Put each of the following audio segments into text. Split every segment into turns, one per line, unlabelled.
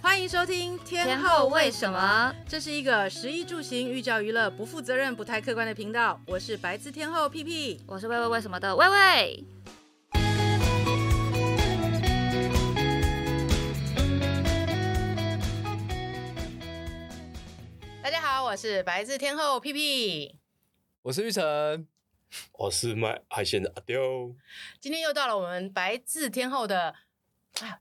欢迎收听《天后为什么》，这是一个食衣住行、寓教于乐、不负责任、不太客观的频道。我是白字天后屁屁。
我是喂喂为什么的喂喂。
大家好，我是白字天后屁屁。
我是玉成，
我是卖海鲜的阿丢，
今天又到了我们白字天后的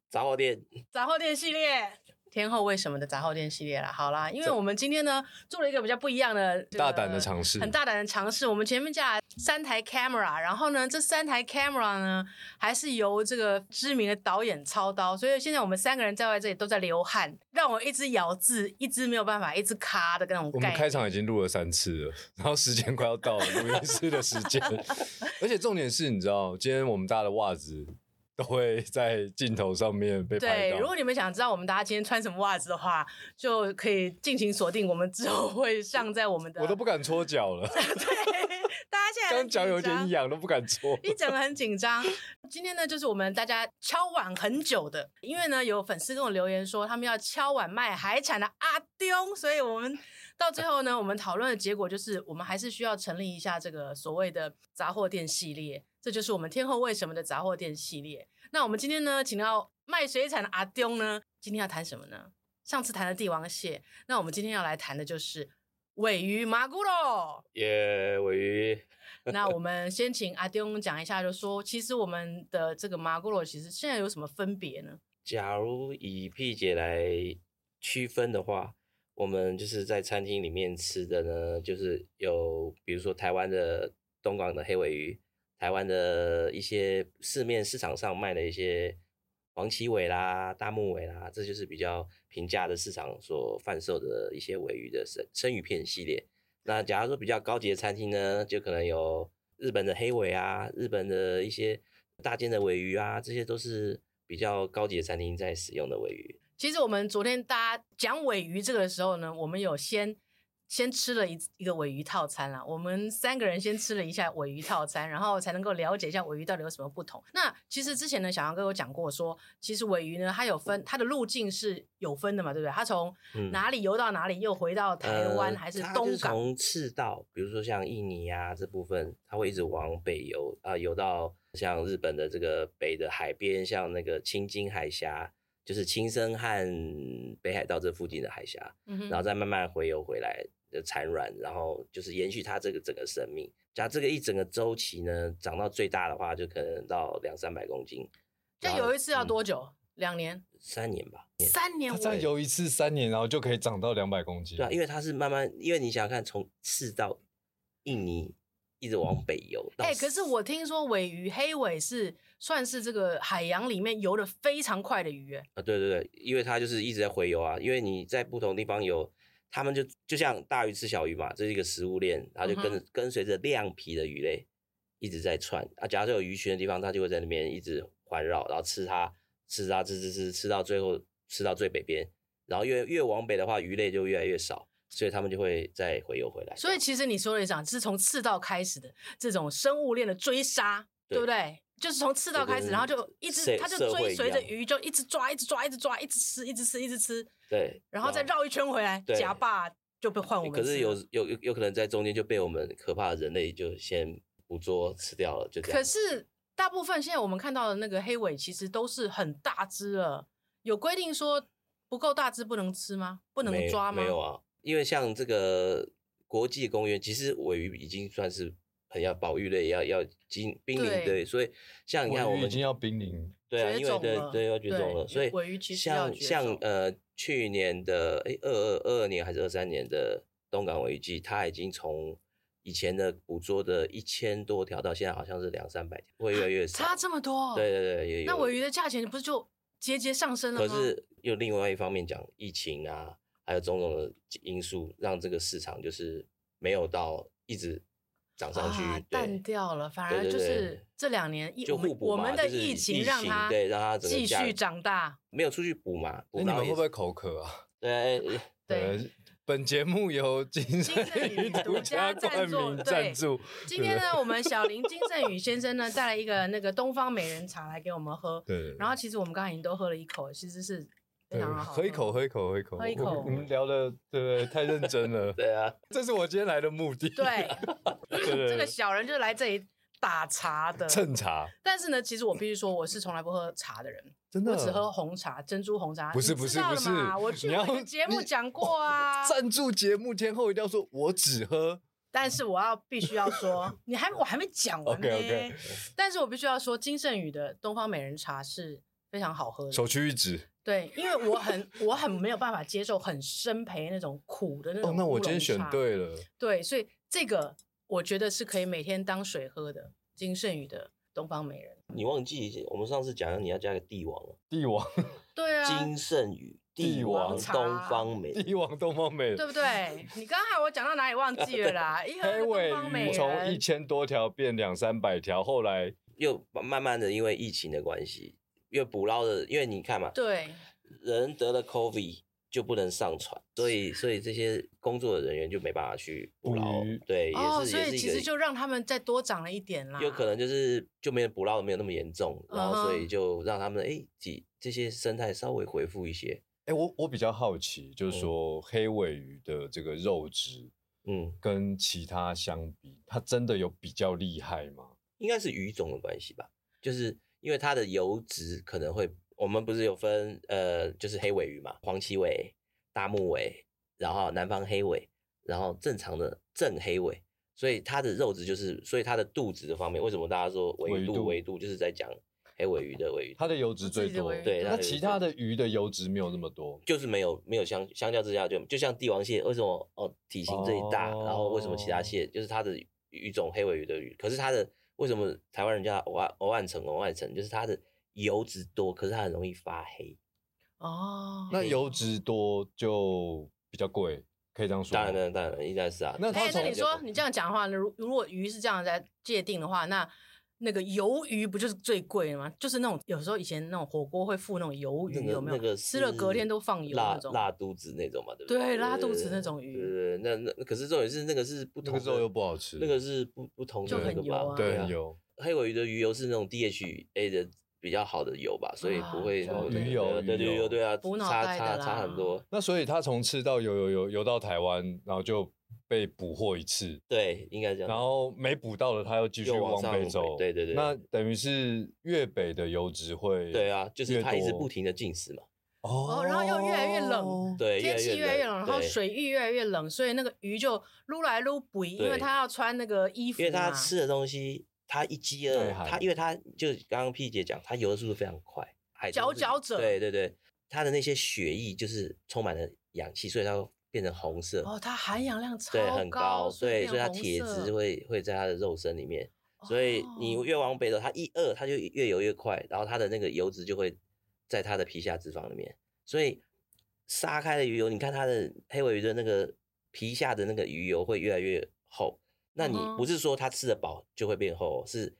杂货店
杂货店系列。天后为什么的杂货店系列啦，好啦，因为我们今天呢做了一个比较不一样的、这个
大胆的尝试
很大胆的尝试。我们前面架了三台 camera，然后呢，这三台 camera 呢还是由这个知名的导演操刀，所以现在我们三个人在外这里都在流汗，让我一直咬字，一直没有办法，一直卡的那种
我
概
们开
念。
场已经录了三次了，然后时间快要到了，录音室的时 间。而且重点是，你知道，今天我们大家的袜子都会在镜头上面被
对，
拍
如
到
果。你们想知道我们大家今天穿什么袜子的话，就可以尽情锁定我们之后会上在我们的。
我都不敢搓脚 了，
大家现在
刚
很
脚有
紧张
点痒，都不敢 搓。
一整个很紧张。今天呢，就是我们大家敲碗很久的，因为呢有粉丝跟我留言说他们要敲碗卖海产的阿丢，所以我们到最后呢，我们讨论的结果就是我们还是需要成立一下这个所谓的杂货店系列，这就是我们天后为什么的杂货店系列。那我们今天呢，请到卖水产的阿丢呢，今天要谈什么呢？上次谈的帝王蟹，那我们今天要来谈的就是尾鱼麻古喽。
耶，尾鱼
那我们先请阿丁讲一下，就说其实我们的这个麻古罗其实现在有什么分别呢？
假如以屁姐来区分的话，我们就是在餐厅里面吃的呢，就是有比如说台湾的东港的黑尾鱼，台湾的一些市面市场上卖的一些黄鳍尾啦、大木尾啦，这就是比较平价的市场所贩售的一些尾鱼的生生鱼片系列。那假如说比较高级的餐厅呢，就可能有日本的黑尾啊，日本的一些大间的尾鱼啊，这些都是比较高级的餐厅在使用的尾鱼。
其实我们昨天大家讲尾鱼这个的时候呢，我们有先先吃了一一个尾鱼套餐啦。我们三个人先吃了一下尾鱼套餐，然后才能够了解一下尾鱼到底有什么不同。那其实之前呢，小杨哥有讲过说，其实尾鱼呢，它有分它的路径是有分的嘛，对不对？它从
嗯
哪里游到哪里，又回到台湾、
呃
还
它就
东
是
港？
从赤道，比如说像印尼啊这部分，它会一直往北游啊、游到像日本的这个北的海边，像那个青金海峡，就是青森和北海道这附近的海峡。
嗯哼
然后再慢慢回游回来的产卵，然后就是延续它这个整个生命。加这个一整个周期呢，长到最大的话，就可能到两三百公斤，
就有一次要多久？两年？
三嗯年吧。
三年
他？再游一次三年，然后就可以长到两百公斤
对。啊，因为它是慢慢，因为你想想看，从赤道印尼一直往北游，到
哎、可是我听说尾鱼黑尾是算是这个海洋里面游的非常快的鱼、哎
啊，对对对，因为它就是一直在回游啊，因为你在不同地方游，他们就就像大鱼吃小鱼嘛，这是一个食物链，然后
嗯
就跟着、跟随着亮皮的鱼类一直在窜啊，假如有鱼群的地方，它就会在那边一直环绕，然后吃它，吃它，吃吃吃，吃到最后吃到最北边，然后越越往北的话，鱼类就越来越少，所以它们就会再回游回来。
所以其实你说的讲，是从赤道开始的这种生物链的追杀，对
对
不对？就是从赤道开始，
就跟
然后就一直，
社
它就
社会
追
一
随着
样
鱼，就一直抓，一直抓，一直抓，一直吃，一直吃，一直吃，
对，
然后再绕一圈回来，
对
夹霸就被换我们吃
可
了。
是有有有有可能在中间就被我们可怕的人类就先捕捉吃掉了，就这样。
可是大部分现在我们看到的那个黑尾，其实都是很大只了。有规定说不够大只不能吃吗？不能
没
抓吗？
没有啊，因为像这个国际公约，其实尾鱼已经算是很要保育类，要要濒濒临
对
对，所以像你看我
尾鱼已
们
经要濒临，
对啊，
绝
因为
种
对
了
对要绝种
对
了，所以
尾鱼其实要
像
绝
像
种
呃去年的哎二二二二年还是二三年的东港尾鱼季，它已经从以前的捕捉的一千多条，到现在好像是两三百条，会越来越少。
啊差这么多，
对对对，也有
那尾鱼的价钱不是就节节上升了
可
吗？
是又另外一方面讲，疫情啊，还有种种的因素，让这个市场就是没有到一直涨上去，
啊、淡
对，
掉了，反
对
而
对
就
对
是这两年疫
就
我们
互补
我
嘛
们的
就是
疫情让它
对让它整个
继
价
续长大。
没有出去补嘛，
哎
补
你们
到
会不会口渴啊？
对，
对，
呃，本节目由金
盛
盛
宇
宇
独
独
家
家
赞
冠
助
名
对
赞助。
今天呢，我们小林金圣宇先生呢带来一个那个东方美人茶来给我们喝。
对，对，对
然后其实我们刚才已经都喝了一口了，其实是非常好。
喝一口，喝一口，喝一口。
喝一口
我我们聊的对不对？太认真了
对啊，
这是我今天来的目的。
对，
对，对
这个
对
小人就是来这里打茶的。
蹭茶，
但是呢，其实我必须说，我是从来不喝茶的人，
真的
我只喝红茶，珍珠红茶。
不是
你
不
知
是
道
不
了
是
嘛我，去
你要
我的节目
你哦
讲过啊。
赞助节目天后一定要说，我只喝。
但是我要必须要说，你还我还没讲完呢。
OK，OK
但是我必须要说，金圣宇的东方美人茶是非常好喝
首
的。
屈一指。
对，因为我很我很没有办法接受很生培那种苦的那种、
哦，那我今天选。对了，
对，所以这个我觉得是可以每天当水喝的。金圣宇的东方美人。
你忘记我们上次讲你要加个帝王了，
帝王，
对啊，
金圣宇、
帝
帝
王
王、
茶
东方美，
帝王东方美人
对，不对？你刚才我讲到哪里忘记了啦？一喝
黑
东
尾
方美
鱼从一
人，
千多条变两三百条，后来
又慢慢的因为疫情的关系，因为捕捞的，因为你看嘛，
对，
人得了 COVID 就不能上船，所以所以这些工作的人员就没办法去捕捞
捕鱼，
对，也是、
哦，所
也是
以
一
其实
个。
就让他们再多长了一点啦。
有可能就是就没有捕捞的没有那么严重，然后所
嗯哼
以就让他们哎几这些生态稍微恢复一些，
哎、我我比较好奇，
哦
就是说黑尾鱼的这个肉质
嗯，
跟其他相比，它真的有比较厉害吗？
应该是鱼种的关系吧，就是因为它的油脂可能会，我们不是有分呃，就是黑尾鱼嘛，黄鳍尾、大目尾，然后南方黑尾，然后正常的正黑尾，所以它的肉质就是，所以它的肚子的方面，为什么大家说
维
维
度
度维度就是在讲黑尾鱼的尾鱼，
它的油脂
我自己
最
的
多
尾，鱼
对它
那
的
其
油
他
脂
的鱼的油脂没有那么多。
就是没有没有相相较之下就就像帝王蟹为什么哦体型最大，然后为什么其他
哦
蟹就是它的鱼种黑尾鱼的鱼，可是它的为什么台湾人叫它偶岸偶岸层偶岸层，就是它的油脂多，可是它很容易发黑。
哦，
嗯
那油脂多就比较贵，可以这样说
当
吗。
然了，当然了，应该是啊。
那它
哎、
从
那你说你这样讲的话，如如果鱼是这样在界定的话，那那个鱿鱼不就是最贵的吗？就是那种有时候以前那种火锅会附那种鱿鱼，
那个
有没有？
那个
吃了隔天都放油
辣
那种。
辣肚子那种嘛，对不
对
对，
拉肚子
对
那种鱼
对对对，那那可是重点是那个是不
那
同
个
的，
肉又不好吃，
那个是不不同
就
的
很
那个
油
吧
啊？
对
啊
很。油。
黑尾鱼的鱼油是那种 DHA 的比较好的油吧，所以不会
啊
那
对
个
鱼
油
对
鱼
对
油
鱼油对啊，
补脑
差
袋的
差
啦
差很多。
那所以他从赤道游游游游到台湾，然后就被捕获一次，
对，应该这样。
然后没捕到的他又继续
又往
往
上
北
回
走。
对对对
那等于是越北的油脂会
对啊，就是
越
它一直
多
不停的进食嘛。
哦
哦然后又越来越冷。
对，
天气越来越冷，然后
对，
水域越来越冷，所以那个鱼就撸来撸不已，因为
对
它要穿那个衣服
因为它
嘛
吃的东西，它一饥
对
饿，
海
它因为它就刚刚 P 姐讲，它游的速度非常快，海豚
佼
是
佼者
对对对，它的那些血液就是充满了氧气，所以它会变成红色。
哦，它含氧量超
对，很
高，
对，
所
所
以
以它
变红
铁
色哦
质会会在它的肉身里面，所以你越往北走，它一饿它就越游越快，然后它的那个油脂就会在它的皮下脂肪里面，所以杀开的鱼油，你看它的黑尾鱼的那个皮下的那个鱼油会越来越厚，那你
嗯哼
不是说它吃得饱就会变厚，哦是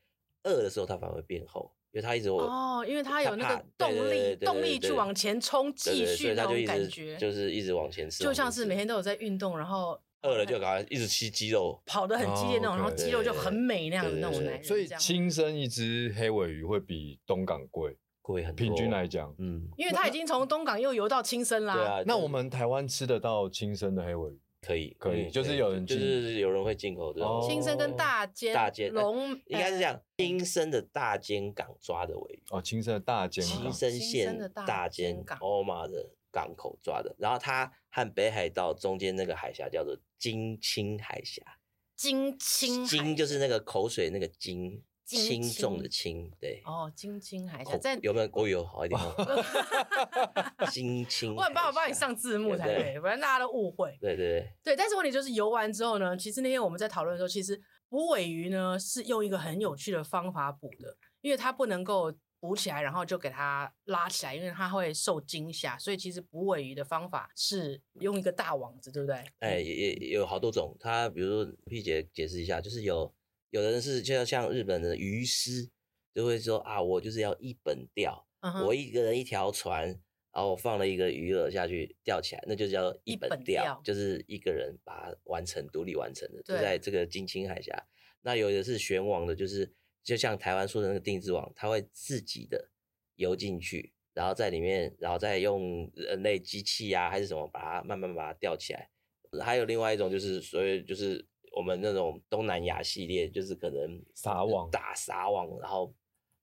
饿的时候它反而会变厚，因为它一直会
哦，因为它有那
怕
个动
对对对
力，
对对
动力
对
去往前冲，
对对
继
所
续
以
那
它就
种
一
感
直
觉，
就是一直往前吃，
就
往前
像是
吃
每天都有在运动，然后
饿了就赶快一直吃鸡肉。
跑得很激烈那种，
哦
然后
，OK
肌肉就很美那样的那种
对对对
男人，
所以
这样
亲生一只黑尾鱼会比东港贵，
贵很多，
平均来讲。
嗯，
因为他已经从东港又游到青森啦，
对啊，
那
就
我们台湾吃得到亲生的黑尾鱼，
可以，
可以
嗯
就是有人
就
进
是有人会进口这种
哦
青森跟大间、
大间呃
龙，
应该是这
呃，
样，亲生的大尖港抓的尾鱼，
哦，亲生的大尖
亲
港
青
生
森
的
县
大尖
尖
港
欧马的港口抓的，然后它和北海道中间那个海峡叫做金青海峡，
金青海
金就是那个口水那个金，
金
轻重的
青
轻，对，
哦，金青海峡
口
在，
有没有国语有好一点吗？金青，
我很怕我帮你上，字幕才
对
对，不然大家都误会。
对对对，
对，但是问题就是游完之后呢，其实那天我们在讨论的时候，其实捕尾鱼呢是用一个很有趣的方法捕的，因为它不能够捕起来，然后就给它拉起来，因为它会受惊吓，所以其实捕尾鱼的方法是用一个大网子，对不对？
哎，也也也有好多种。它比如说 P 姐解释一下，就是有有的人是就像像日本的渔师，就会说啊，我就是要一本钓，
嗯
我
哼，
一个人一条船，然后我放了一个鱼饵下去钓起来，那就叫
一
一
本
本
钓
钓，就是一个人把它完成独立完成的，就
对
在这个金青海峡。那有的是悬网的，就是就像台湾说的那个定制网，它会自己的游进去，然后在里面，然后再用人类机器啊还是什么把它慢慢把它吊起来。还有另外一种就是所谓就是我们那种东南亚系列，就是可能
撒网
打撒网，然后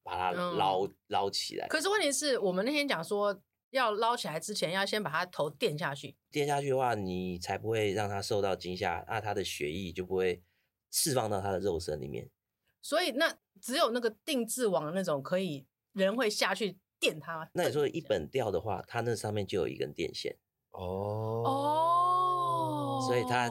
把它
嗯
捞、捞起来。
可是问题是我们那天讲说要捞起来之前，要先把它头垫下去。
跌下去的话，你才不会让它受到惊吓，那它的血液就不会释放到它的肉身里面。
所以那只有那个定制网那种可以人会下去电它。
那你说一本吊的话，它那上面就有一根电线，
哦，
所以它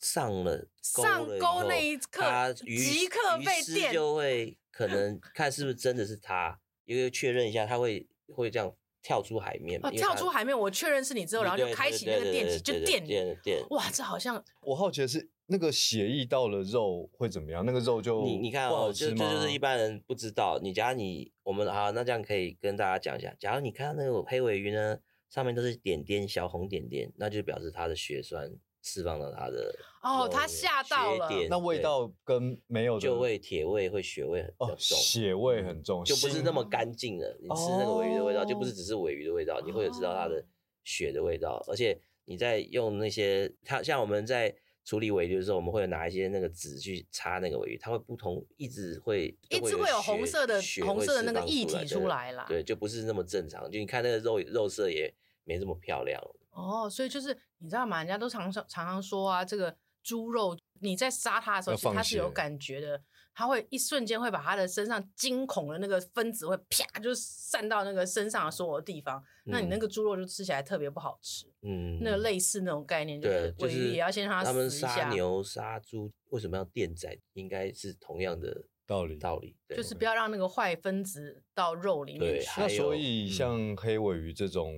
上了钩
上
了以
钩
后
那一刻
它鱼
即刻
鱼
被
丝
电
就会 可能看是不是真的是它，因为确认一下，它会会这样跳出海面嘛，
哦
因为
跳
它嗯
出海面，我确认是你之后，然后就
对
开
对
启
对
那个
对
电
对
极就
对对
电你。
电电。
哇，这好像
我好奇的是，那个血液到了肉会怎么样？那个肉就
你你看
不
哦，
好
就
吃
这
吗
就是一般人不知道。你假如你我们啊，那这样可以跟大家讲一下，假如你看到那个黑尾鱼呢，上面都是点点小红点点，那就表示它的血栓释放到它的
哦
肉
它
里面
吓到
血
了
点
那味
对
道跟没有的
就味铁味会血味很比
哦
较，重。嗯
血味很重，
就不是
腥
那么干净了。你吃那个尾鱼的味道，就不是
哦
只是尾鱼的味道，你会有知道它
哦
的血的味道。而且你在用那些，它像我们在处理尾鱼的时候，我们会有拿一些那个纸去擦那个尾鱼，它会不同，一直会
一
就
直会有
血
红色的
血
红
会
色的
释
那个
放
液
出来
体出
对
来啦
对，就不是那么正常。就你看那个肉肉色也没这么漂亮了，
哦，所以就是你知道吗？人家都常常常常说啊，这个猪肉你在杀它的时候，
要
其实它
放
是有
血
感觉的，它会一瞬间会把它的身上惊恐的那个分子会啪就散到那个身上的所有地方，那你那
嗯
个猪肉就吃起来特别不好吃。
嗯，
那个类似那种概念，
对，
尾
是
鱼也要先让它
他们
死一
杀
下，
牛杀猪为什么要电宰？应该是同样的
道理。
道理，对
就是不要让那个坏分子到肉里面
对
去。
那
还
所
有
以
嗯
像黑尾鱼这种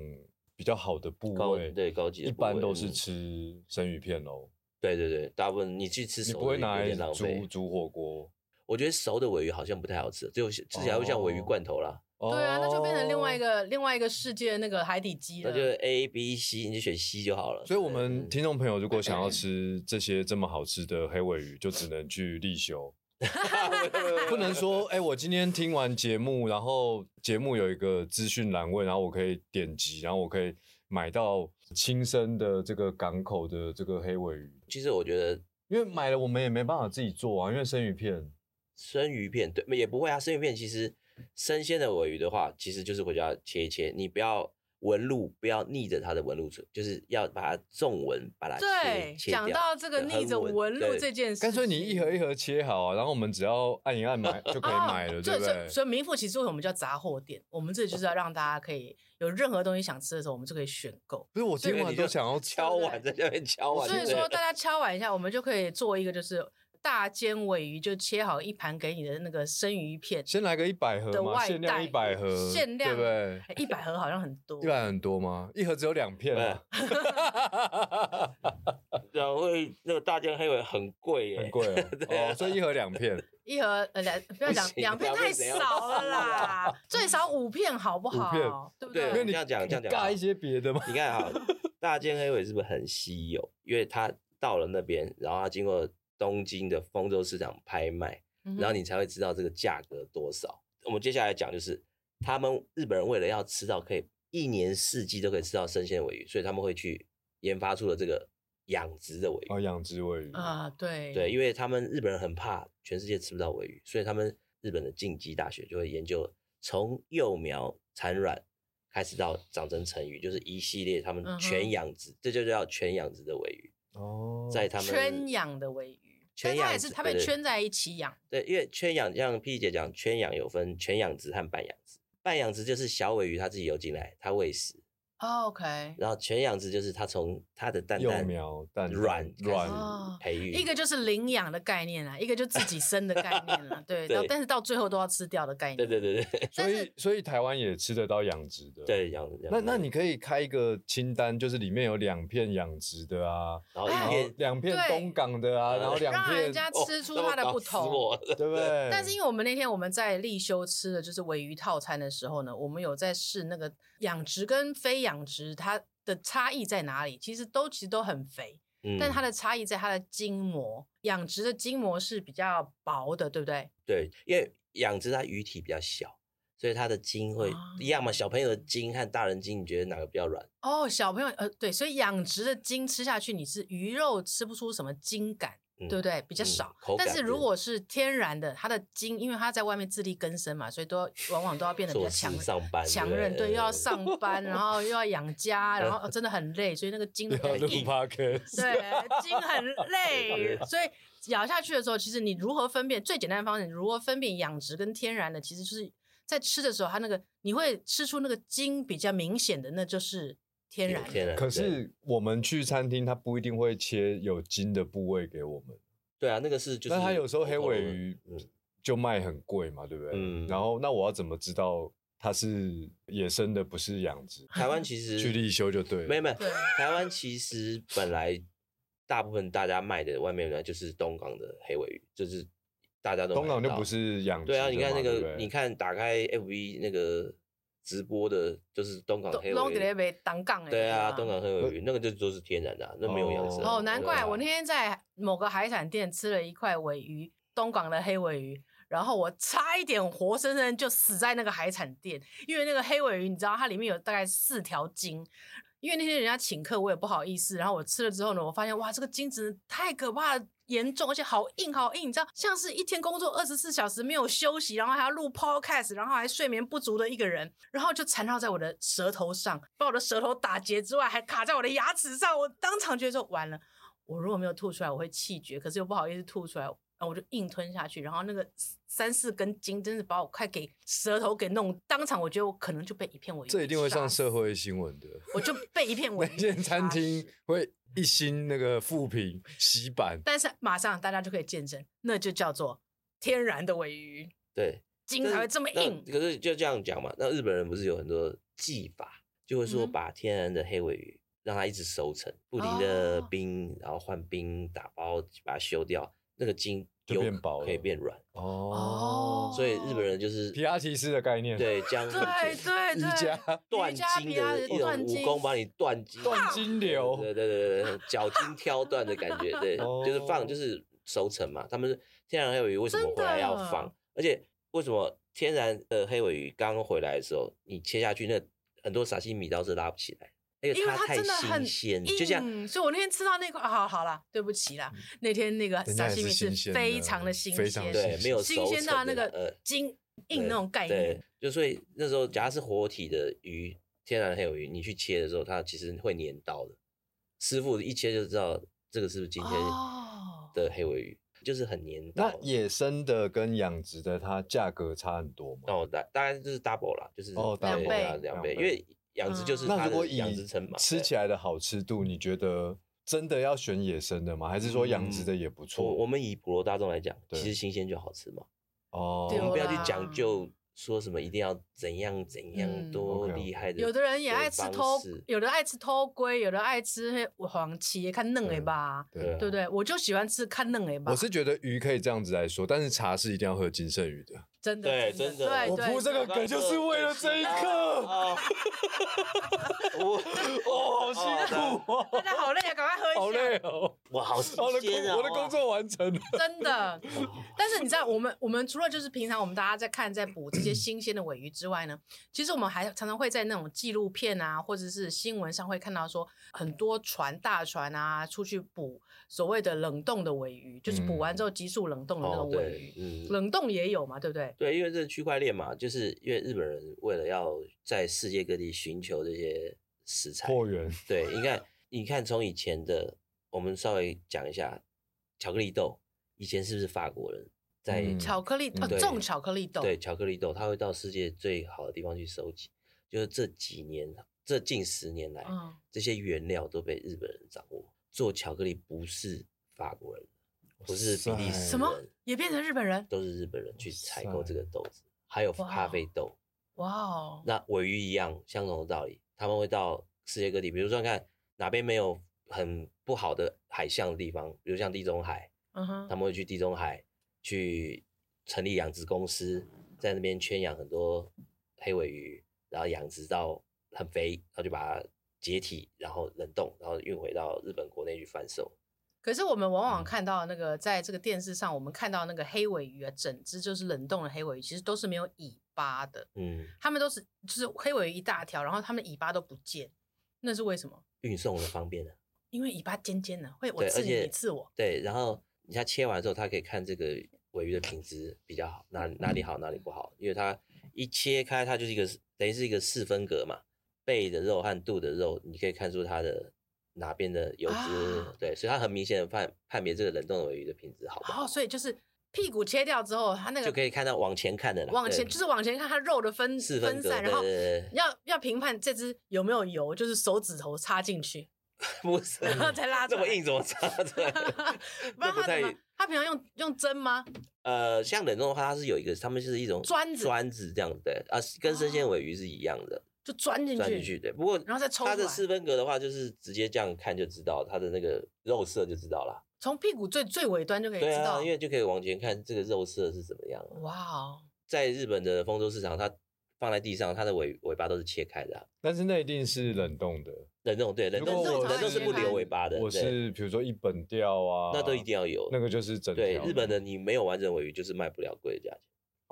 比较好的部
高
位，
对高级的
一
部
般
位
都是
嗯
吃生鱼片喽，
对对对，大部分你去吃
你
熟的
不会
有
拿来
点浪费
煮。煮火锅。
我觉得熟的尾鱼好像不太好吃，只有吃起来会像尾鱼
哦
罐头啦。
对啊，那就变成另外一
个。
个另外一个世界的那个海底鸡
哦那
了
就。是 A、B、C，你就选 C 就好了。
所以，我
对
们
嗯哎
听众朋友如果想要吃这些这么好吃的黑尾鱼，就只能去立 休，不能说哎、我今天听完节目，然后节目有一个资讯栏位，然后我可以点击，然后我可以买到亲生的这个港口的这个黑尾鱼，
其实我觉得
因为买了我们也没办法自己做啊，因为生鱼片
生鱼片对也不会啊，生鱼片其实生鲜的尾鱼的话，其实就是回家切一切，你不要纹路，不要逆着它的纹路走，就是要把它纵纹把它切
对，
切
讲
掉
到这个
对
逆
横
着纹路
对
这件事情，
干脆你一盒一盒切好啊，然后我们只要按一按买就可以
哦
买了，
所
对
以
不
所以
对？
所以名副其实，为什么我们叫杂货店？我们这里就是要让大家可以有任何东西想吃的时候，我们就可以选购。
不是我
这
听
个
完
你
都
就
想要
敲碗在那边敲碗，
所以
对
说，大家敲碗一下，我们就可以做一个就是大煎尾鱼，就切好一盘给你的那个生鱼片，
先来个一百盒
的
嘛，
外
限量
带
一百盒，
限量
对不对？
哎一百盒好像很多
一。百很多吗？一盒只有两片啊，
然后会那个大件黑尾很贵耶，
很贵 哦。哦，所以一盒两片，
一盒呃两不要两
不行
两片
两
太
片怎样
少了啦，最少五片好不
五片
好？对不
对
因为
对？
你
这样讲这样
你
讲
尬
好
一些别的嘛。
你看哈，大件黑尾是不是很稀有？因为它到了那边，然后它经过东京的丰州市场拍卖，
嗯哼
然后你才会知道这个价格多少。我们接下来讲就是，他们日本人为了要吃到可以一年四季都可以吃到生鲜尾鱼，所以他们会去研发出了这个养殖的尾鱼。
哦，养殖尾鱼，
啊，对
对，因为他们日本人很怕全世界吃不到尾鱼，所以他们日本的近畿大学就会研究从幼苗产卵开始到长成成鱼，就是一系列他们
嗯哼
全养殖，这就叫全养殖的尾鱼，
哦，
在他们
圈养的尾鱼，
圈
但它也
养
是
殖
它被
对
圈在一起养。
对，因为圈养像 P 姐讲，圈养有分全养殖和半养殖，半养殖就是小尾鱼它自己游进来，它喂食，
哦 OK，
然后全养殖就是它从它的蛋
幼
蛋
苗蛋
卵
卵
哦
开始培育
一个就是领养的概念啊，一个就自己生的概念啊， 对，到
对
但是到最后都要吃掉的概念。
对对对对
所以所以台湾也吃得到养殖
哦
的。，
对养养
那那你可以开一个清单，就是里面有两片养殖的啊，
然后
哎
然
哦一
后
片
两片
对
东港的啊，然后两
让人
片，哦
家
对
哦
吃出它的不同。
不对？
但是因为我们那天我们在立休吃的就是尾鱼套餐的时候呢，我们有在试那个养殖跟非养殖它的差异在哪里。其实都其实都很肥，
为
嗯
但它的差异在它的筋膜。养殖的筋膜是比较薄的，对不对？
对，因为养殖它鱼体比较小，所以它的筋会
啊
一样嘛。小朋友的筋和大人筋，你觉得哪个比较软？
哦，小朋友，呃，对，所以养殖的筋吃下去，你是鱼肉吃不出什么筋感，
嗯
对不对？比较
嗯
少。
口
但
感
是如
对
果是天然的，它的筋，因为它在外面自力更生嘛，所以都要往往都要变得比
做
较
事
强
上班，
强韧，对，又要上班，然后又要养家，然后呃真的很累，所以那个筋都比较
要录
硬
p。o d c
对，筋很累
对，
所以咬下去的时候，其实你如何分辨最简单的方式，你如何分辨养殖跟天然的，其实就是在吃的时候，它那个你会吃出那个筋比较明显的，那就是天然的。
天然。
可
对
是我们去餐厅，他不一定会切有筋的部位给我们，
对啊，那个是就是。
但他有时候黑尾鱼
嗯
就卖很贵嘛，对不对？
嗯
然后那我要怎么知道它是野生的，不是养殖？
台湾其实
去立修就对了。
嗯没有没有，
对
台湾其实本来大部分大家卖的外面呢就是东港的黑尾鱼，就是大家都
东
买得
港就
到
不是养殖
对
的
啊，
嘛。
你看那
对不
个，
对
你看打开 FB 那个直播的，就是东港
都
黑
拢
尾
伫咧
鱼。
卖东港诶。
对啊，
吧
东港黑尾鱼那个就都是天然的啊，那没有养殖的。
哦，难怪
对啊
我那天在某个海产店吃了一块尾鱼，东港的黑尾鱼，然后我差一点活生生就死在那个海产店，因为那个黑尾鱼，你知道它里面有大概四条筋。因为那天人家请客，我也不好意思。然后我吃了之后呢，我发现哇，这个筋真的太可怕了，严重，而且好硬好硬。你知道，像是一天工作二十四小时没有休息，然后还要录 podcast，然后还睡眠不足的一个人，然后就缠绕在我的舌头上，把我的舌头打结之外，还卡在我的牙齿上。我当场觉得说完了，我如果没有吐出来，我会气绝，可是又不好意思吐出来，然后我就硬吞下去，然后那个三四根筋真是把我快给舌头给弄，当场我觉得我可能就被一片尾鱼，
这一定会上社，会新闻的。
我就被一片尾
每
鱼
间
给
餐
杀
厅
死。
会一星那个复评洗版，
但是马上大家就可以见证，那就叫做天然的尾鱼，
对，
筋才会这么
那
硬。
可是就这样讲嘛，那日本人不是有很多技法，就会说
嗯
把天然的黑尾鱼让它一直熟成，不离的
哦
冰，然后换冰打包把它修掉，那个筋
就
有
变薄
可以
了
变软。
哦
所以日本人就是
皮拉提斯的概念，，
对将
对 对
瑜
对
伽，
断
瑜伽
筋
皮拉
的
提
一种
断
武
筋
功，把你断筋
断筋流
对对对对对，脚筋挑断的感觉，对，
哦
就是放就是熟成嘛。他们是天然黑尾鱼为什么回来要
真
放？而且为什么天然的黑尾鱼刚回来的时候，你切下去那很多沙西米刀是拉不起来，因
因为它
它太
真的很
新鲜，就像
硬，所以我那天吃到那个，啊好好啦，对不起啦，那天那个
人
沙
家也
西米
是新
是
鲜
非
的
常的新
非常
鲜，
新
对没有
新鲜
熟
到
成
那
的啦
个
呃
筋硬那种概
对
念。，
就所以那时候假如是活体的鱼，天然的黑尾鱼，你去切的时候，它其实会粘刀的。师傅一切就知道这个是不是今天
哦
的黑尾鱼，就是很粘刀
那
的。
野生的跟养殖的，它价格差很多嘛？
哦，大大概就是 double 啦，就是
哦
对
double
啊两
两倍
倍，
嗯
因为养殖就是
那
它
如果
的
以
养殖成本
吃起
来，
来的好吃度，你觉得真的要选野生的吗？还是说养殖的也不
嗯我我
错？
们以普罗大众来讲，
对
其实新鲜就好吃嘛，
哦，
对
我们不要
啦
去讲究说什么一定要怎样怎样
嗯
多
OK，OK
厉害的，
有的人也爱吃偷
方式，
有的爱吃偷龟，有的爱吃黑黄鳍，看嫩的吧，
对啊
对不对？我就喜欢吃看嫩的吧，
我是觉得鱼可以这样子来说，但是茶是一定要喝金圣鱼的。
真的
对
真
真的
对
我
对
铺这个
对
梗就是为了这一刻，
哦，我
哦，好辛
哦
苦哦，
大家好累啊，赶快喝一下，
好累哦，
我好
我的
新鲜
工
啊！
我的工作完成了。
真的。但是你知道，我们我们除了就是平常我们大家在看在捕这些新鲜的尾鱼之外呢，其实我们还常常会在那种纪录片啊，或者是新闻上会看到说，很多船大船啊出去捕所谓的冷冻的尾鱼，就是捕完之后急速冷冻的那
哦
种尾
对
鱼，，
嗯，
冷冻也有嘛，对不对？
对，因为这区块链嘛，就是因为日本人为了要在世界各地寻求这些食材，
货源
对，你看，你看，从以前的，我们稍微讲一下，巧克力豆，以前是不是法国人在、
嗯
巧克力
嗯
呃
对
种巧克力豆，
对巧克力豆，他会到世界最好的地方去收集？就是这几年，这近十年来，
嗯，
这些原料都被日本人掌握。做巧克力不是法国人，不是比利
哇
时
塞
人，
什么也变成日本人？
都是日本人去采购
哇塞
这个豆子，还有咖啡豆。
哇哦，
那尾鱼一样，相同的道理，他们会到世界各地，比如说看哪边没有很不好的海象的地方，比如像地中海，
嗯哼
他，们会去地中海去成立养殖公司，在那边圈养很多黑尾鱼，然后养殖到很肥，然后就把它解体，然后冷冻，然后运回到日本国内去贩售。
可是我们往往
嗯
看到那个，在这个电视上，我们看到那个黑尾鱼啊，整只就是冷冻的黑尾鱼，其实都是没有尾巴的，
嗯，
他们都是就是黑尾鱼一大条，然后他们尾巴都不见，那是为什么？
运送的方便啊的，
因为尾巴尖尖的，会我
对，而
刺你，
且
你刺我。
对，然后你它切完之后，它可以看这个尾鱼的品质比较好，哪哪里好哪里不好，因为它一切开，它就是一个等于是一个四分格嘛，背的肉和肚的肉，你可以看出它的哪边的油脂，
啊
对，所以它很明显的判判别这个冷冻的尾鱼的品质好不好，
哦，所以就是屁股切掉之后，它那
就可
个
以看到往前看的了，
往
对
前就是往前看，它肉的分
四分
分
格，
散，
对
然后
对对对
要要评判这只有没有油，就是手指头插进去，
不是
然后再拉出
这
来。
么硬怎么插 出来？
不然
这不
他
太
怎么？他平常用用针吗？
呃，像冷冻的话，它是有一个，他们就是一种
砖子
砖子这样的啊，跟生鲜
哦
尾鱼是一样的，
就钻进
钻进
去，
去对。不过
然后再抽
它
出
的
来
四分格的话，就是直接这样看就知道它的那个肉色就知道啦。
从屁股最最尾端就可以
对
知
啊，
道
因。为就可以往前看这个肉色是怎么样啊。
哇哦，
在日本的丰州市场，它放在地上，它的尾尾巴都是切开的啊、
但是那一定是冷冻的。
冷冻对冷
如果
冻是
冷
我
冻
冷冻是不
常
留
常
尾巴的，
我
对
是比如说一本钓啊，
那都一定要有
那个就是整条
对日本的，你没有完整尾鱼就是卖不了贵的价钱，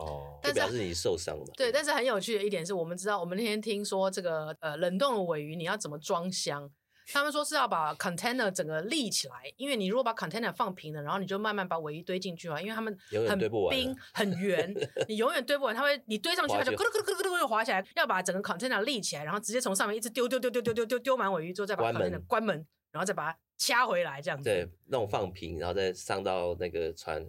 哦。
但
就是表示你受伤了嘛。
对，但是很有趣的一点是我们知道，我们那天听说这个呃冷冻的尾鱼你要怎么装箱，他们说是要把 container 整个立起来，因为你如果把 container 放平了，然后你就慢慢把尾鱼堆进去啊，因为他们
永远
很
堆不完啊
冰 很圆，你永远堆不完，它会你堆上去
滑
它就
去
咕噜咕噜咕噜咕噜咕噜滑起来，要把整个 container 立起来，然后直接从上面一直丢丢丢丢丢丢丢丢满尾鱼之后再把
关
container
门
关门，然后再把它掐回来这样子。
对，那种放平，然后再上到那个船，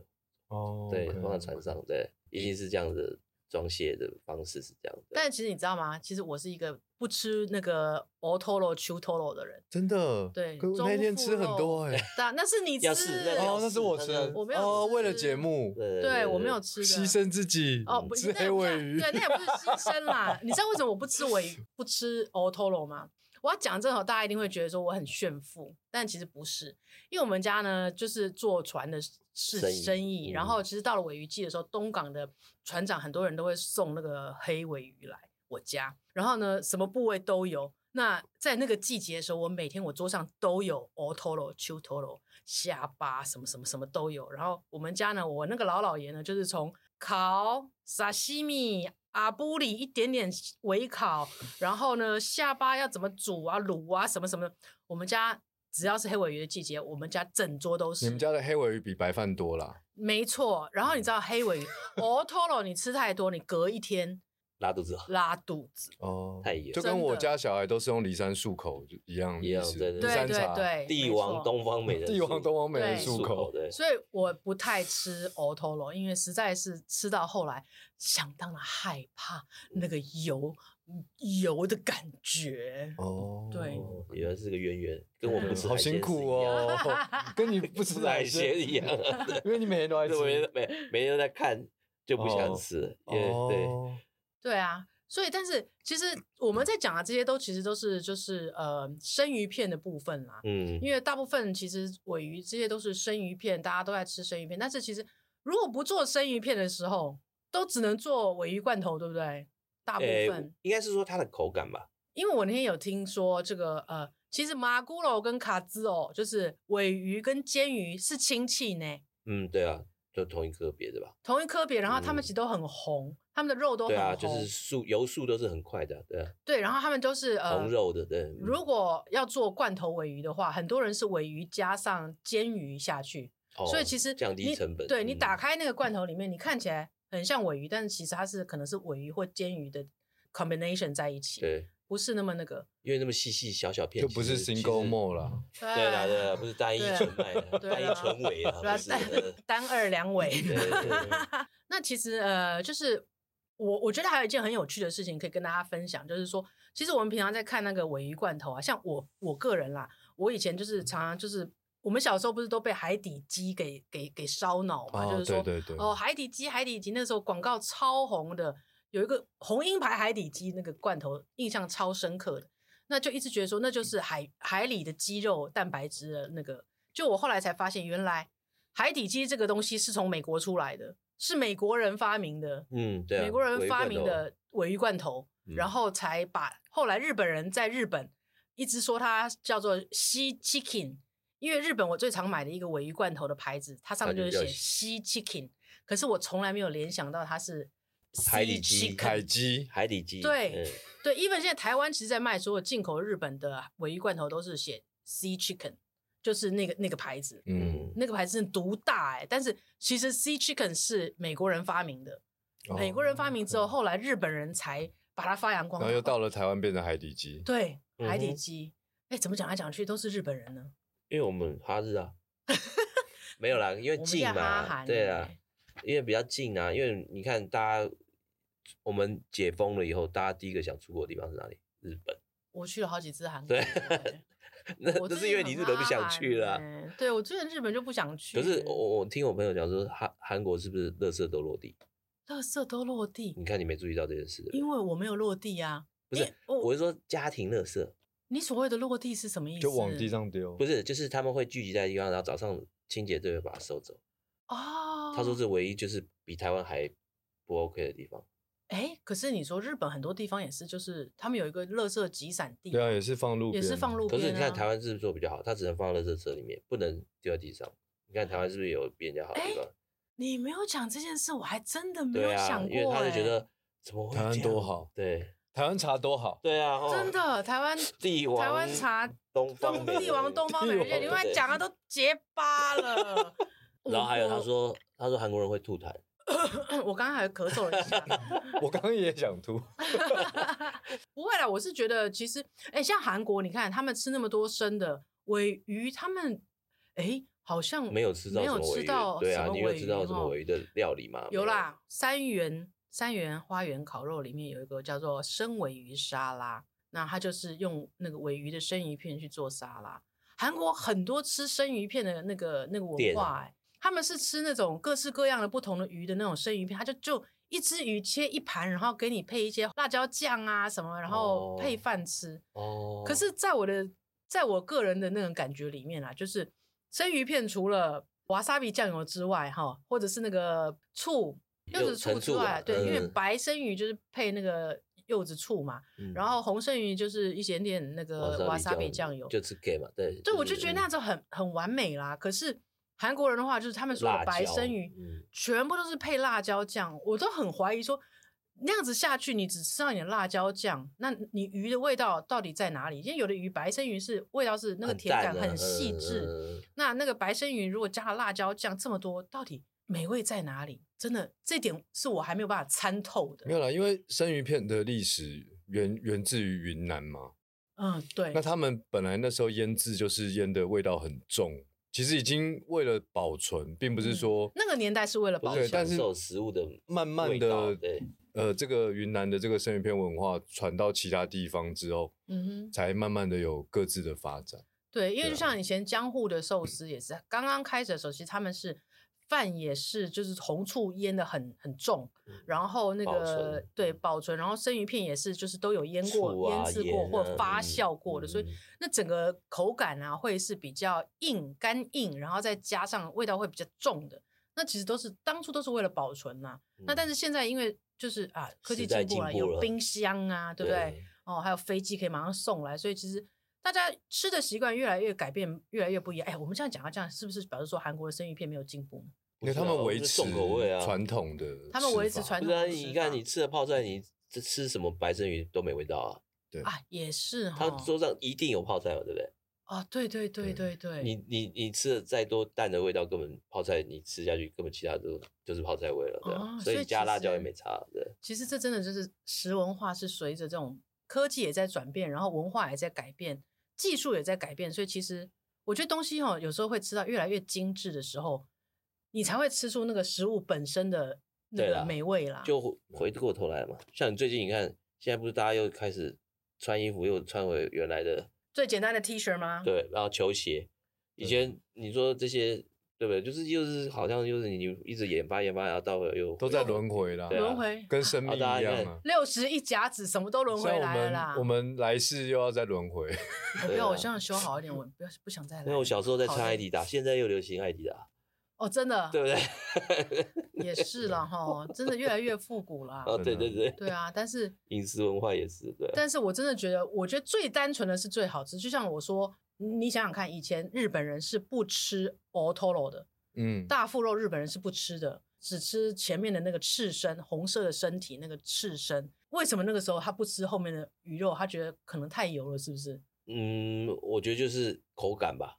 哦，
对，
OK
放到船上，对，一定是这样的装卸的方式是这样的。
但其实你知道吗？其实我是一个不吃那个 otoro c h u t o r o 的人。
真的，
对
可我
中
那天
腹
吃很多
肉
哎、
但那是你吃
要试那
哦，
要
那是我
试
吃
那要，
我没有
哦，为了
吃
节目
对
对我没有吃的
牺牲自己，
哦，不
吃
那
黑
也不
尾
算
鱼，
对，那也不是牺牲啦。你知道为什么我不吃尾不吃 otoro 吗？我要讲这口，大家一定会觉得说我很炫富，但其实不是，因为我们家呢就是做船的是
生
生
意
意，
嗯
然后其实到了尾鱼季的时候，东港的船长很多人都会送那个黑尾鱼来我家，然后呢什么部位都有。那在那个季节的时候，我每天我桌上都有 otoro、chu toro、下巴什么什么什么都有。然后我们家呢，我那个老老爷呢，就是从烤、沙西米、阿布里一点点微烤，然后呢下巴要怎么煮啊、卤啊什么什么的。我们家只要是黑尾鱼的季节，我们家整桌都是。
你们家的黑尾鱼比白饭多啦，
没错。然后你知道黑 尾鱼 otoro 你吃太多，你隔一天
拉肚子啊，
拉肚子。
哦，
太油
就跟
真的
我家小孩都是用梨山漱口就一样的
一
意
样
思，
对
梨
对
对
山
对
茶，
对，
帝
没
王
错
东方美人，
帝王东方美人
对
漱口，
对，
所以我不太吃 otolo，因为实在是吃到后来相当的害怕那个油嗯油的感觉。
哦，
对
哦原来是个渊源，跟我们
嗯
吃
好
海
辛
鲜是一
苦
样的，
哦，跟你不吃
吃海
海
鲜
鲜
一 样，
因为你每天都在
对，每
吃，
每每天都在看就不想
哦
吃了，因为对。
哦
对啊，所以但是其实我们在讲的这些都其实都是就是呃生鱼片的部分啦，
嗯，
因为大部分其实尾鱼这些都是生鱼片，大家都在吃生鱼片，但是其实如果不做生鱼片的时候，都只能做尾鱼罐头，对不对？大部
诶
分、
应该是说它的口感吧，
因为我那天有听说这个呃，其实麻古楼跟卡兹哦，就是尾鱼跟煎鱼是亲戚呢，
嗯，对啊，就同一个别的吧，
同一科别，然后他们
嗯
其实都很红，他们的肉都
对
很
啊，
红，
就是速油速都是很快的，对啊，
对然后他们都是呃
红肉的，对，嗯
如果要做罐头尾鱼的话，很多人是尾鱼加上煎鱼下去，
哦
所以其实
降低
你
成本，
对你
嗯
打开那个罐头里面，你看起来很像尾鱼，但是其实它是可能是尾鱼或煎鱼的 combination 在一起，
对，
不是那么那个。
因为那么细细小小片，
就不是
其实
single
其实
more 啦，
对啦对 啦，不是单一
对啊
纯卖的，
对
单一
啊
纯尾啊，
对啊
不是
单
的
单二两尾。
对对对对
那其实呃，就是我我觉得还有一件很有趣的事情可以跟大家分享，就是说，其实我们平常在看那个尾鱼罐头啊，像我我个人啦，我以前就是常常就是我们小时候不是都被海底鸡给给给烧脑嘛，
哦
就是说
对对对
哦海底鸡海底鸡，那时候广告超红的，有一个红鹰牌海底鸡那个罐头，印象超深刻的。那就一直觉得说那就是海海里的肌肉蛋白质的那个，就我后来才发现原来海底鸡这个东西是从美国出来的，是美国人发明的，
嗯，对啊，
美国人
围
发
观
明
哦，
的尾鱼罐头，
嗯
然后才把后来日本人在日本一直说它叫做西 chicken，因为日本我最常买的一个尾鱼罐头的牌子，它上面
它就
就是写
叫
西 chicken，可是我从来没有联想到它是
海
sea
底鸡
chicken
海鸡，
海底鸡，
对
嗯
对，even 现在台湾其实，在卖所有进口日本的尾鱼罐头都是写 Sea Chicken，就是那个那个牌子，
嗯，
那个牌子是独大哎、但是其实 Sea Chicken 是美国人发明的，
哦
美国人发明之后，后来日本人才把它发扬光
然
大。
后又到了台湾变成海底鸡，
对
嗯哼
海底鸡，哎、怎么讲来讲去都是日本人呢？
因为我们哈 日啊，没有啦，因
我
为
们
近
叫哈
嘛，
韩
对
欸
啊，因为比较近啊，因为你看大家，我们解封了以后，大家第一个想出国的地方是哪里？日本。
我去了好几次韩国，
对
对
那
我
那
真
是因
的
为
很
你日本不
哈
想
韩
去啦。
欸对我之前日本就不想去
可
了，
是我我我听我朋友讲说，韩韩国是不是垃圾都落地？
垃圾都落地，
你看你没注意到这件事对不对
因为我没有落地啊。
不是
因为我
我是说家庭垃圾，
你所谓的落地是什么意思？
就往地上丢。
不是，就是他们会聚集在一个地方，然后早上清洁队会把它收走。
哦。
他说这唯一就是比台湾还不 OK 的地方。
哎，可是你说日本很多地方也是，就是他们有一个垃圾集散地，
对啊，也是放路
也
边，
是放路
可
边、啊。
是你看台湾是不是做比较好？它只能放在垃圾车里面，不能丢在地上。你看台湾是不是有比人家好的地方？
你没有讲这件事，我还真的哎没有
对啊
想，过、欸哎
因为他就觉得怎么会
台湾
这
多
啊
样？
好，
对
台湾茶多好，
对啊，
哎
吼
真的台湾
帝王
台湾茶
东
东
方美
帝王
人
东方美 人，
帝王
你们讲的都结巴了。
然后还有
我
他，说，他说韩国人会吐痰，
我 我刚刚还咳嗽了一 下。
我刚刚也想 吐。
不会啦，我是觉得其实，哎、像韩国，你看他们吃那么多生的尾鱼，他们哎、好像
没有吃到
没
什
有
么尾
吃
鱼
到，
对
什
啊，
么
你有
尾
吃到
鱼
什么
哦
尾鱼的料理吗？啊没
有啦，三元三元花园烤肉里面有一个叫做生尾鱼沙拉，那它就是用那个尾鱼的生鱼片去做沙拉。韩国很多吃生鱼片的那个那个文
店
化、
啊
欸，他们是吃那种各式各样的不同的鱼的那种生鱼片，他就就一只鱼切一盘，然后给你配一些辣椒酱啊什么，然后配
哦
饭吃。
哦，
可是，在我的在我个人的那种感觉里面啊，就是生鱼片除了瓦萨比酱油之外，哈，或者是那个醋柚
柚
子醋
陈
之
醋
外，
啊
对，因为
嗯
白生鱼就是配那个柚子醋嘛，
嗯
然后红生鱼就是一点点那个瓦萨比酱油，
就吃 gay 嘛，对，
对，我
是
就觉得
嗯
那样子很很完美啦。可是韩国人的话，就是他们说
辣
的白
椒
生鱼
嗯
全部都是配辣椒酱，我都很怀疑说。那样子下去，你只吃到你的辣椒酱，那你鱼的味道到底在哪里？因为有的鱼，白生鱼是味道是那个
很
甜感
淡啊
很细致，
嗯嗯嗯
那那个白生鱼如果加了辣椒酱这么多，到底美味在哪里？真的，这点是我还没有办法参透的。
没有啦，因为生鱼片的历史源源自于云南嘛，
嗯，对
那，他们本来那时候腌制就是腌的味道很重，其实已经为了保存，并不是说、
嗯那个年代是为了
不
保
对
是
存，
但
享
是
受食物的
慢慢
味道
的
对，
呃，这个云南的这个生鱼片文化传到其他地方之后，
嗯哼，
才慢慢的有各自的发展。
对，因为
对
就
啊
像以前江户的寿司也是，刚刚开始的时候，其实他们是饭也是就是红醋腌的很很重，然后那
嗯保
个
存嗯
对保存，然后生鱼片也是就是都有腌
醋
过、
啊
腌制过
盐
或
啊
发
嗯
酵过的，所以
嗯
那整个口感啊会是比较硬、干硬，然后再加上味道会比较重的。那其实都是当初都是为了保存呐、那
嗯
但是现在因为就是啊科
时
技
代
进步
进
了，
步
有
了
冰箱啊，对不对？哦，还有飞机可以马上送来，所以其实大家吃的习惯越来越改变，越来越不一样。哎，我们这样讲到这样，是不是表示说韩国的生鱼片没有进步呢？
因为他
不是
们
啊
哦
维
我们是
持
重口味啊
传统的吃法，
他们维持传
不是啊，
统吃
你看
法
你吃的泡菜，你吃吃什么白生鱼都没味道啊，
对
啊，也是哈
他。桌上一定有泡菜嘛，对不对？
哦，对对对对对，
你你你吃的再多淡的味道，根本泡菜你吃下去根本其他都就是泡菜味了，对啊
哦，
所
所
以
以
加
其
辣椒也
实啊
没差，对。
其实这真的就是食文化是随着这种科技也在转变，然后文化也在改变，技术也在改变，所以其实我觉得东西哈、有时候会吃到越来越精致的时候，你才会吃出那个食物本身的那
对
个
啦
美味啦。
就回回过头来嘛，像你最近你看，现在不是大家又开始穿衣服又穿回原来的，
最简单的 T 恤吗？
对，然后球鞋，以前你说这些对不对？就是又是好像又是你一直研发研发，然后到了又
都在轮回啦，
对啊
轮回
跟生命一
大家
样
看
啊。
六十一甲子什么都轮回
像我
来了啦。
们我们来世又要再轮回，
我不要，我
对啊
希望修好一点，我不要不想再来了。
因为我小时候在穿
好累
艾迪达，现在又流行艾迪达，
哦，真的
对不 对？
也是了 哈，真的越来越复古了。
啊，对对对，
对啊，但是
饮食文化也是对啊，
但是我真的觉得，我觉得最单纯的是最好吃。就像我说，你想想看，以前日本人是不吃 o t o r o 的，
嗯，
大腹肉日本人是不吃的，只吃前面的那个刺身，红色的身体那个刺身。为什么那个时候他不吃后面的鱼肉？他觉得可能太油了，是不是？
嗯，我觉得就是口感吧，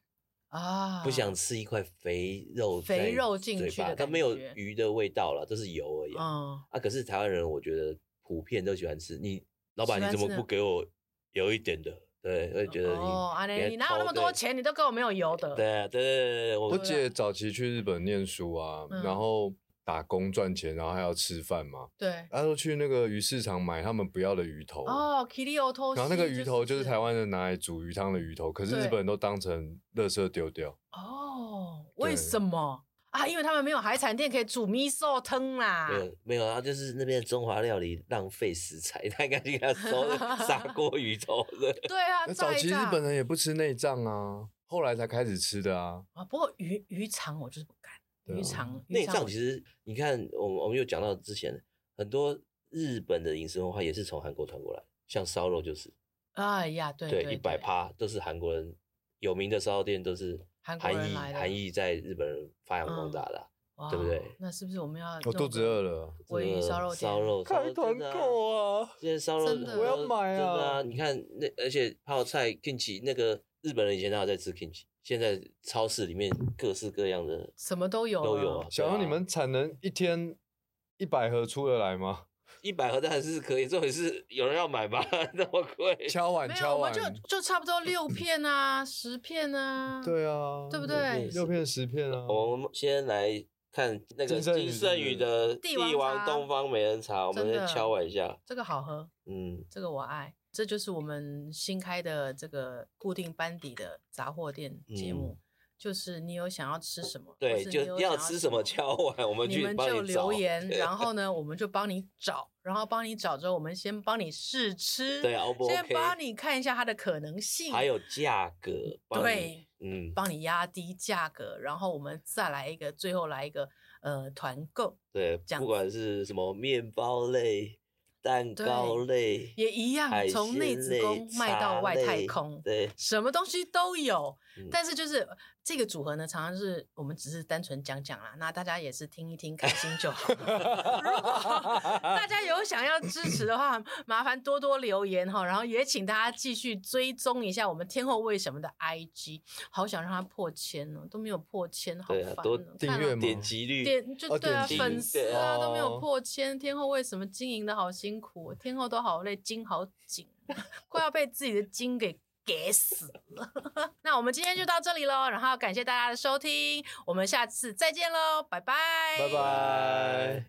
啊，
不想吃一块肥肉
肥
在
肉进
嘴
去
巴
的
它
感
没有
觉
鱼的味道了，都是油而已啊。
嗯，
啊可是台湾人我觉得普遍都喜欢吃，你老
喜
板你
欢
怎么
吃那
不给我有一点的？对，会觉得你
哦，阿
在
雷，你哪有
偷
那么多
对
钱？你都给我没有油的。
对啊对对对对，
我
我
姐早期去日本念书啊，
嗯
然后打工赚钱，然后还要吃饭嘛。
对，
她说去那个鱼市场买他们不要的鱼头，
哦，kiri o t o
然后那个鱼头就是台湾人拿来煮鱼汤的鱼头，可是日
对
本人都当成垃圾丢掉。
哦，为
对
什么啊？因为他们没有海产店可以煮 miso 汤啦
没。有没有啊，就是那边的中华料理浪费食材，他应该给他收那 个砂锅鱼头的。
对啊，
那
炸
早
一
期日
炸
本人也不吃内脏啊，后来才开始吃的啊。
啊，不过鱼鱼肠我就是不敢，
对
鱼
啊
肠鱼
内
肠
脏
我
其实你看，我们我们又讲到之前很多日本的饮食文化也是从韩国传过来，像烧肉就是
哎呀，对
对一百
对
趴都是韩国人有名的烧肉店都是
韩
韩
国人
裔
来的嗯
韩裔在日本人发扬光大的啊、
哇
对不对
那是不是我们要
我肚子饿
了？
了，
鲑鱼烧肉
嗯烧
店
肉烧肉真的啊
啊！
这些烧肉
真的
很多
我
要买啊
真的啊！你看那，而且泡菜 kimchi 那个日本人以前哪有在吃 kimchi，现在超市里面各式各样的
什么都有
都
了
有啊。
想要你们产能一天一百盒出得来吗？
啊一百盒当然是可以， 重点是有人要买吧？那么贵，
敲碗
没有，
敲
我
碗
们，就就差不多六片啊，十片啊，
对啊，
对不
六片
对？
六片十片 啊，
我们先来看那个
金圣宇
金圣宇的《
帝
帝
王
王
茶
东方美人茶》，我们
真
再
的
敲碗一下。
这个好喝，
嗯，
这个我爱，这就是我们新开的这个固定班底的杂货店节目，就是你有想要吃什么，或
嗯对，
是你有
就
想
要吃什么敲碗，我们
你
去
们
帮
就
你找
留言，
对
然后呢，我们就帮你找，然后帮你找之后，我们先帮你试吃，
对啊，O 不 OK？
先帮你看一下它的可能性，
还有价格，帮你
对，
嗯，
帮你压低价格，然后我们再来一个，最后来一个呃团购
对，
这样
不管是什么面包类、蛋糕类，
也一样
海，
从内
鲜
子
类
宫卖到
茶
外太
类
空，
对，
什么东西都有。
嗯
但是就是这个组合呢，常常是我们只是单纯讲讲啦，那大家也是听一听，开心就好。 如果大家有想要支持的话，麻烦多多留言哈，然后也请大家继续追踪一下我们天后为什么的 IG，好想让它破千哦，都没有破千，好
对
烦
啊
哦、
多
订阅
嘛。
吗
点击率，
点就
哦
对啊，
点击
粉丝啊
对
都没有
哦
破千，天后为什么经营的好辛苦？天后都好累，筋好紧， 快要被自己的筋给给死了。 那我们今天就到这里喽，然后感谢大家的收听，我们下次再见喽，拜拜，
拜拜。